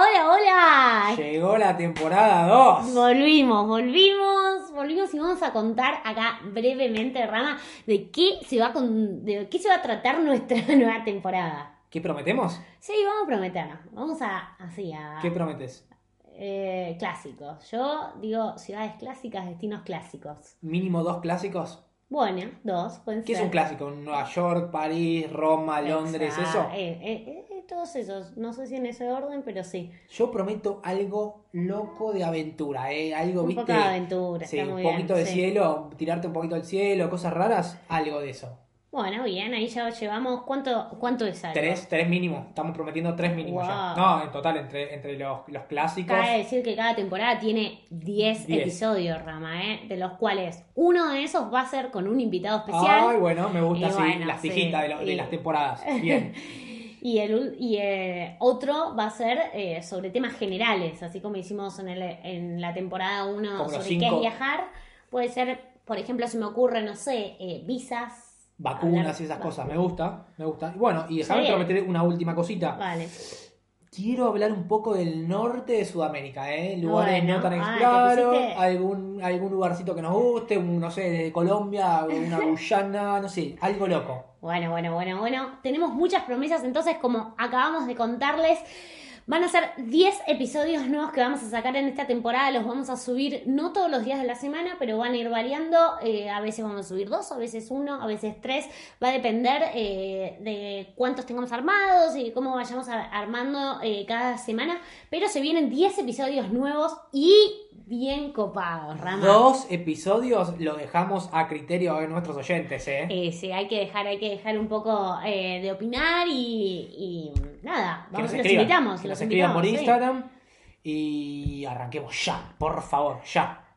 hola, hola. Llegó la temporada 2. Volvimos, volvimos, volvimos y vamos a contar acá brevemente, Rama, de qué se va con, de qué se va a tratar nuestra nueva temporada. ¿Qué prometemos? Sí, vamos a prometer. Vamos a así a ¿Qué prometes? eh, clásicos. Yo digo ciudades clásicas, destinos clásicos. ¿Mínimo dos clásicos? Bueno, dos, pueden ¿Qué es ser. un clásico? ¿Nueva York, París, Roma, Londres, Exacto. eso? Eh, eh, eh, todos esos, no sé si en ese orden, pero sí. Yo prometo algo loco de aventura, ¿eh? Algo, Un poco viste. de aventura, Sí, está un muy poquito bien, de sí. cielo, tirarte un poquito al cielo, cosas raras, algo de eso. Bueno, bien, ahí ya llevamos. ¿Cuánto, cuánto es algo? Tres, tres mínimo. Estamos prometiendo tres mínimos ya. Wow. No, en total, entre, entre los, los clásicos. Cabe decir que cada temporada tiene 10 Diez. episodios, Rama, ¿eh? de los cuales uno de esos va a ser con un invitado especial. Ay, bueno, me gusta Y así, bueno, las sí, fijitas de, lo- de y- las temporadas. Bien. Y el ul- y, eh, otro va a ser eh, sobre temas generales, así como hicimos en, el, en la temporada 1 Como los sobre qué es cinco. viajar. Puede ser, por ejemplo, se me ocurre, no sé, eh, visas. Vacunas Hablar- y esas va- cosas, me gusta, me gusta. Y bueno, y déjame Sí. prometer una última cosita. Vale. Quiero hablar un poco del norte de Sudamérica, ¿eh? Lugares Bueno, no tan ah, te explorados, pusiste- algún, algún lugarcito que nos guste, un, no sé, de Colombia, una Guyana, no sé, algo loco. Bueno, bueno, bueno, bueno. Tenemos muchas promesas, entonces, como acabamos de contarles, van a ser 10 episodios nuevos que vamos a sacar en esta temporada. Los vamos a subir no todos los días de la semana, pero van a ir variando. Eh, a veces vamos a subir dos, a veces uno, a veces tres. Va a depender eh, de cuántos tengamos armados y de cómo vayamos a- armando eh, cada semana. Pero se vienen 10 episodios nuevos y bien copados, Rama. Dos episodios lo dejamos a criterio de nuestros oyentes, ¿eh? Eh, sí, hay que dejar, hay que dejar un poco eh, de opinar y, y nada, que vamos, nos los escriban, invitamos, que los nos escriban invitamos, por sí. Instagram y arranquemos ya, por favor, ya.